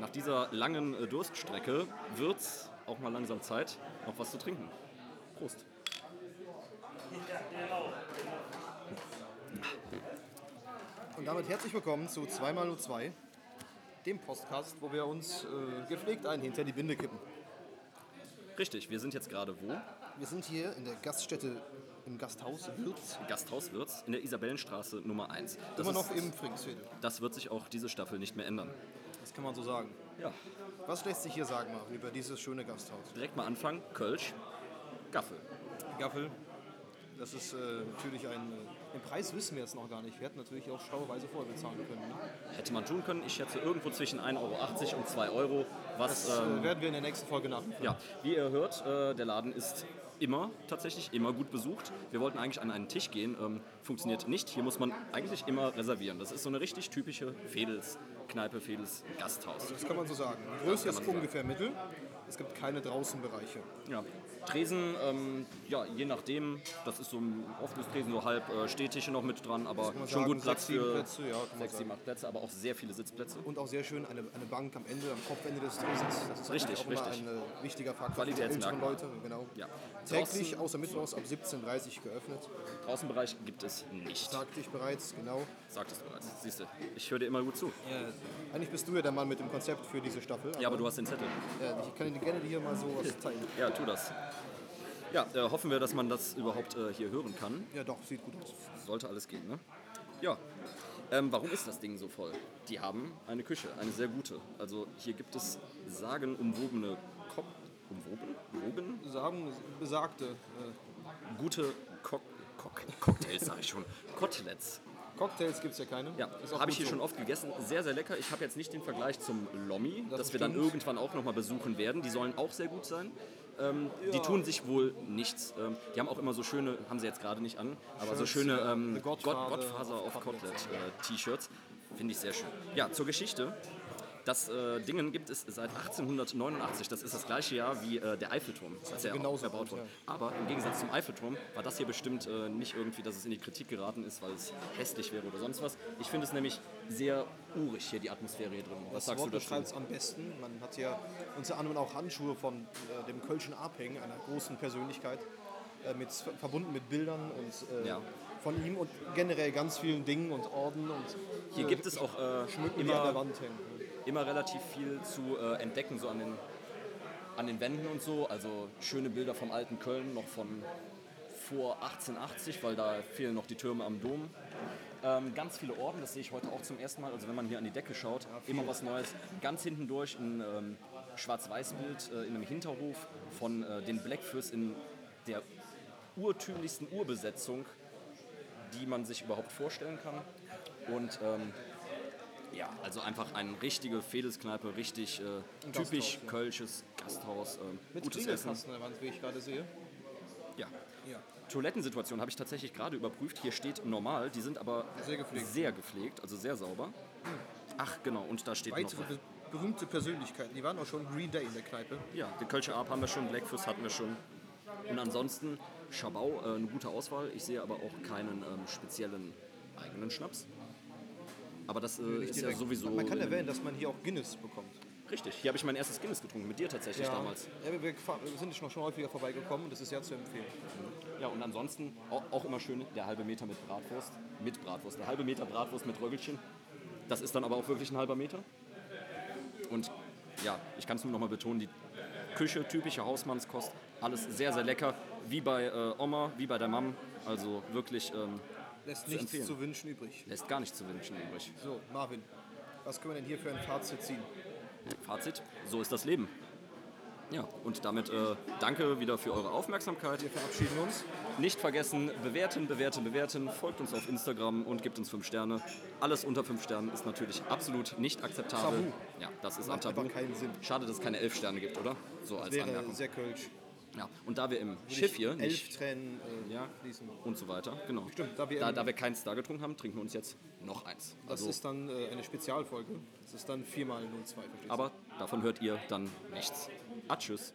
Nach dieser langen äh, Durststrecke wird's auch mal langsam Zeit, noch was zu trinken. Prost. Und damit herzlich willkommen zu 2x02, dem Podcast, wo wir uns äh, gepflegt ein hinter die Binde kippen. Richtig, wir sind jetzt gerade wo? Wir sind hier in der Gaststätte im Gasthaus Wirtz, Gasthaus Wirtz in der Isabellenstraße Nummer 1. Das, immer noch ist, im Fringsviertel. das wird sich auch diese Staffel nicht mehr ändern. Das kann man so sagen. Ja, Was lässt sich hier sagen, Marvin, über dieses schöne Gasthaus? direkt mal anfangen. Kölsch, Gaffel. Gaffel, das ist äh, natürlich ein... Äh, den Preis wissen wir jetzt noch gar nicht. Wir hätten natürlich auch schlauerweise vorher bezahlen können. Ne? Hätte man tun können. Ich schätze irgendwo zwischen 1,80 Euro und 2 Euro. Was, Das äh, ähm, werden wir in der nächsten Folge nachliefern. ja, wie ihr hört, äh, der Laden ist immer tatsächlich immer gut besucht. Wir wollten eigentlich an einen Tisch gehen, ähm, funktioniert nicht. Hier muss man eigentlich immer reservieren. Das ist so eine richtig typische Fedels-Kneipe, Fedels-Gasthaus. Das kann man so sagen. Die Größe Das kann ist man so ungefähr mittel. Es gibt keine Draußenbereiche. Ja. Tresen, ähm, ja, je nachdem, das ist so ein offenes Tresen, so halb äh, Stehtische noch mit dran, aber schon man sagen, gut Platz sechs, sieben für Plätze, ja, kann man sechs, sagen. sieben, acht Plätze, aber auch sehr viele Sitzplätze. Und auch sehr schön eine, eine Bank am Ende, am Kopfende des Tresens. Das ist Richtig, natürlich auch richtig. immer ein äh, wichtiger Faktor für die älteren Qualitätsmerkmal. Leute. Genau. Ja. Täglich, Draußen- außer Mittwochs, ab 17.30 Uhr geöffnet. Außenbereich gibt es nicht. Sagte ich bereits, genau. Sagt es bereits. Siehst du, ich höre dir immer gut zu. Eigentlich bist du ja der Mann mit dem Konzept für diese Staffel. Ja, aber du hast den Zettel. Ja, ich kann dir gerne hier mal so was zeigen. Ja, tu das. Ja, äh, hoffen wir, dass man das überhaupt äh, hier hören kann. Ja, doch, sieht gut aus. Sollte alles gehen, ne? Ja. Ähm, warum ist das Ding so voll? Die haben eine Küche, eine sehr gute. Also hier gibt es sagenumwobene Kop umwoben? Woben? Sagen, besagte äh, Gute Cock Cock Cocktails, sag ich schon. Koteletts. Cocktails gibt es ja keine. Ja, Ist auch habe gut ich hier so. schon oft gegessen. Sehr, sehr lecker. Ich habe jetzt nicht den Vergleich zum Lommi, das, Das wir dann stimmt. irgendwann auch nochmal besuchen werden. Die sollen auch sehr gut sein. Ähm, Die tun sich wohl nichts. Ähm, die haben auch immer so schöne, haben sie jetzt gerade nicht an, aber so Shirts, schöne ja. ähm, The God Godfather Godfather of of Cotlet Cotlet. äh, T-Shirts. Finde ich sehr schön. Ja, zur Geschichte. Das äh, Dingen gibt es seit 1889. Das ist das gleiche Jahr wie äh, der Eiffelturm, als er Also genauso erbaut alt, wurde. Aber im Gegensatz zum Eiffelturm war das hier bestimmt äh, nicht irgendwie, dass es in die Kritik geraten ist, weil es hässlich wäre oder sonst was. Ich finde es nämlich sehr urig hier, die Atmosphäre hier drin. Was Das sagst du Wort dazu? beschreibt es am besten. Man hat ja unter anderem auch Handschuhe von äh, dem Kölschen Abhängen, einer großen Persönlichkeit, äh, mit, verbunden mit Bildern und äh, Ja. von ihm und generell ganz vielen Dingen und Orden und Hier äh, gibt es auch äh, Schmücken, die an der immer, Wand hängen. immer relativ viel zu äh, entdecken, so an den, an den Wänden und so. Also schöne Bilder vom alten Köln, noch von vor 1880, weil da fehlen noch die Türme am Dom. Ähm, ganz viele Orden, das sehe ich heute auch zum ersten Mal. Also wenn man hier an die Decke schaut, immer was Neues. Ganz hinten durch ein ähm, Schwarz-Weiß-Bild äh, in einem Hinterhof von äh, den Blackfurs in der urtümlichsten Urbesetzung, die man sich überhaupt vorstellen kann. Und ähm, ja, also einfach eine richtige Fedelskneipe, richtig äh, Gasthaus, typisch ja. kölsches Gasthaus. Ähm, Mit gutes Essen. Riegelkasten an der Wand, wie ich gerade sehe. Ja. Ja. Toilettensituation habe ich tatsächlich gerade überprüft. Hier steht normal, die sind aber Sehr gepflegt. sehr gepflegt, also sehr sauber. Ach genau, und da steht Weitere noch. be- berühmte Persönlichkeiten, die waren auch schon Green Day in der Kneipe. Ja, den Kölsche Arp haben wir schon, Blackfuss hatten wir schon. Und ansonsten Schabau, äh, eine gute Auswahl. Ich sehe aber auch keinen ähm, speziellen eigenen Schnaps. Aber das äh, ist ja Direkt. sowieso. Man kann in dem- erwähnen, dass man hier auch Guinness bekommt. Richtig, hier habe ich mein erstes Guinness getrunken, mit dir tatsächlich damals. Ja, wir- wir gefa- wir sind schon schon häufiger vorbeigekommen und das ist sehr zu empfehlen. Ja, und ansonsten auch, auch immer schön der halbe Meter mit Bratwurst. Mit Bratwurst. Der halbe Meter Bratwurst mit Röggelchen. Das ist dann aber auch wirklich ein halber Meter. Und ja, ich kann es nur nochmal betonen, die Küche, typische Hausmannskost, alles sehr, sehr lecker. Wie bei äh, Oma, wie bei der Mam. Also wirklich ähm, Lässt Zu nichts empfehlen. zu wünschen übrig. lässt gar nichts zu wünschen übrig. So, Marvin, was können wir denn hier für ein Fazit ziehen? Fazit, so ist das Leben. Ja, und damit äh, danke wieder für eure Aufmerksamkeit. Wir verabschieden uns. Nicht vergessen, bewerten, bewerten, bewerten, folgt uns auf Instagram und gebt uns 5 Sterne. Alles unter 5 Sternen ist natürlich absolut nicht akzeptabel. Tabu. Ja, das ist ein Macht Tabu. einfach keinen Sinn. Schade, dass es keine 11 Sterne gibt, oder? So als Wäre Anmerkung. sehr kölsch. Ja, und da wir im Schiff hier Elf nicht Tränen äh, Ja. fließen. und so weiter, genau. Stimmt, da wir da, im- da wir keinen Star getrunken haben, trinken wir uns jetzt noch eins. Das Also, ist dann äh, eine Spezialfolge. Das ist dann 4 mal 02. verstehst du? aber davon hört ihr dann nichts. Ah, tschüss.